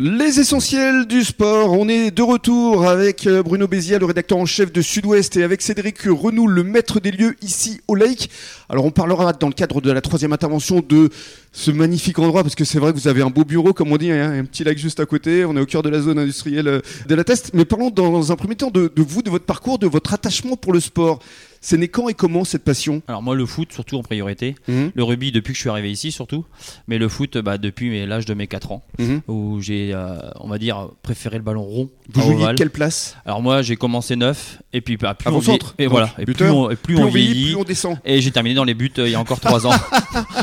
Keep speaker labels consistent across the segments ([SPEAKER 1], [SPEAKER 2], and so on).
[SPEAKER 1] Les essentiels du sport, on est de retour avec euh, Bruno Béziat, le rédacteur en chef de Sud-Ouest, et avec Cédric Renou, le maître des lieux ici au Lake. Alors on parlera dans le cadre de la troisième intervention de ce magnifique endroit, parce que c'est vrai que vous avez un beau bureau, comme on dit, hein, un petit lac juste à côté, on est au cœur de la zone industrielle euh, de la Teste. Mais parlons dans un premier temps de, de vous, de votre parcours, de votre attachement pour le sport. C'est né quand et comment cette passion
[SPEAKER 2] Alors moi le foot surtout en priorité,
[SPEAKER 1] Mhm.
[SPEAKER 2] le rugby depuis que je suis arrivé ici surtout, mais le foot bah, depuis mes- l'âge de mes 4 ans
[SPEAKER 1] Mhm.
[SPEAKER 2] où j'ai euh, on va dire préféré le ballon rond.
[SPEAKER 1] Vous
[SPEAKER 2] à
[SPEAKER 1] jouiez
[SPEAKER 2] ovale.
[SPEAKER 1] quelle place
[SPEAKER 2] Alors moi j'ai commencé neuf et puis bah, plus on vieillit-
[SPEAKER 1] Avant-centre
[SPEAKER 2] et
[SPEAKER 1] donc,
[SPEAKER 2] voilà et plus
[SPEAKER 1] buteur,
[SPEAKER 2] on, et plus on vieillit
[SPEAKER 1] plus on descend.
[SPEAKER 2] et j'ai terminé dans les buts euh, il y a encore 3 ans.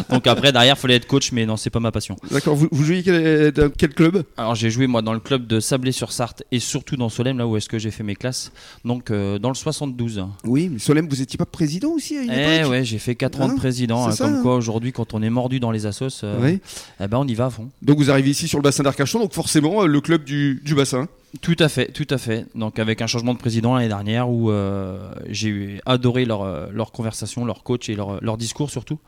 [SPEAKER 2] Donc après derrière fallait être coach mais non c'est pas ma passion.
[SPEAKER 1] D'accord, vous, vous jouiez quel, dans quel club
[SPEAKER 2] Alors j'ai joué moi dans le club de Sablé-sur-Sarthe et surtout dans Solem là où est-ce que j'ai fait mes classes donc euh, dans le 72.
[SPEAKER 1] Oui, mais Solem, vous étiez pas président aussi à une
[SPEAKER 2] Eh
[SPEAKER 1] époque
[SPEAKER 2] ouais, j'ai fait 4 ans
[SPEAKER 1] Hein,
[SPEAKER 2] de président.
[SPEAKER 1] c'est
[SPEAKER 2] hein,
[SPEAKER 1] ça,
[SPEAKER 2] comme
[SPEAKER 1] hein.
[SPEAKER 2] quoi, aujourd'hui, quand on est mordu dans les assos, euh,
[SPEAKER 1] Oui.
[SPEAKER 2] eh ben, on y va à fond.
[SPEAKER 1] Donc vous arrivez ici sur le bassin d'Arcachon, donc forcément euh, le club du, du bassin.
[SPEAKER 2] Tout à fait, tout à fait. Donc, avec un changement de président l'année dernière où euh, j'ai eu- adoré leur, euh, leur conversation, leur coach et leur, leur discours surtout.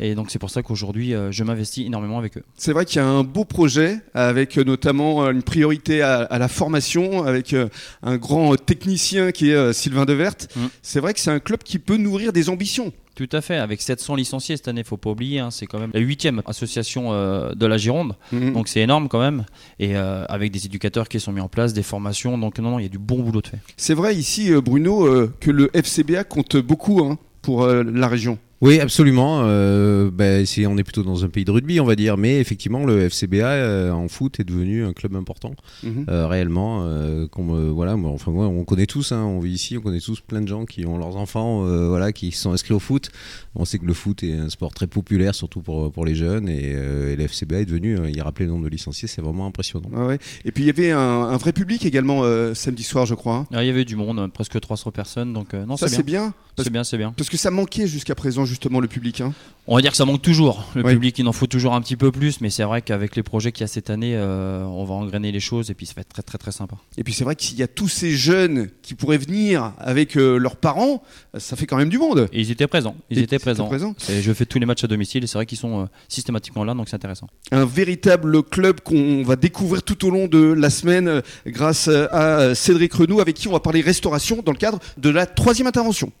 [SPEAKER 2] Et donc, c'est pour ça qu'aujourd'hui, euh, je m'investis énormément avec eux.
[SPEAKER 1] C'est vrai qu'il y a un beau projet avec euh, notamment euh, une priorité à, à la formation, avec euh, un grand euh, technicien qui est euh, Sylvain Deverte.
[SPEAKER 2] Mm.
[SPEAKER 1] C'est vrai que c'est un club qui peut nourrir des ambitions.
[SPEAKER 2] Tout à fait, avec 700 licenciés cette année, faut pas oublier, hein, c'est quand même la huitième association euh, de la Gironde,
[SPEAKER 1] Mm.
[SPEAKER 2] donc c'est énorme quand même, et euh, avec des éducateurs qui sont mis en place, des formations, donc non, non, il y a du bon boulot de fait.
[SPEAKER 1] C'est vrai ici, euh, Bruno, euh, que le FCBA compte beaucoup hein, pour euh, la région.
[SPEAKER 3] Oui, absolument. Euh, ben, c'est- on est plutôt dans un pays de rugby, on va dire. Mais effectivement, le FCBA euh, en foot est devenu un club important,
[SPEAKER 1] Mhm.
[SPEAKER 3] euh, réellement. euh, comme, euh, voilà, moi, enfin, moi, on connaît tous, hein, on vit ici, on connaît tous plein de gens qui ont leurs enfants euh, voilà, qui sont inscrits au foot. On sait que le foot est un sport très populaire, surtout pour, pour les jeunes. Et, euh, et le FCBA est devenu, euh, il a rappelé le nombre de licenciés, c'est vraiment impressionnant.
[SPEAKER 2] Euh.
[SPEAKER 1] Ah ouais. Et puis il y avait un, un vrai public également euh, samedi soir, je crois. hein.
[SPEAKER 2] Ah, Il y avait du monde, hein, presque 300 personnes, donc euh, non,
[SPEAKER 1] Ça
[SPEAKER 2] c'est bien.
[SPEAKER 1] c'est bien. parce-
[SPEAKER 2] C'est bien, c'est bien.
[SPEAKER 1] Parce que ça manquait jusqu'à présent justement le public. hein.
[SPEAKER 2] On va dire que ça manque toujours. Le
[SPEAKER 1] Oui.
[SPEAKER 2] public, il en faut toujours un petit peu plus, mais c'est vrai qu'avec les projets qu'il y a cette année, euh, on va engrainer les choses et puis ça va être très très très sympa.
[SPEAKER 1] Et puis c'est vrai qu'il y a tous ces jeunes qui pourraient venir avec euh, leurs parents, ça fait quand même du monde.
[SPEAKER 2] Et ils étaient présents, ils
[SPEAKER 1] Et
[SPEAKER 2] étaient
[SPEAKER 1] c'était
[SPEAKER 2] présents.
[SPEAKER 1] présent.
[SPEAKER 2] Et je fais tous les matchs à domicile et c'est vrai qu'ils sont euh, systématiquement là, donc c'est intéressant.
[SPEAKER 1] Un véritable club qu'on va découvrir tout au long de la semaine euh, grâce euh, à Cédric Renou avec qui on va parler restauration dans le cadre de la troisième intervention.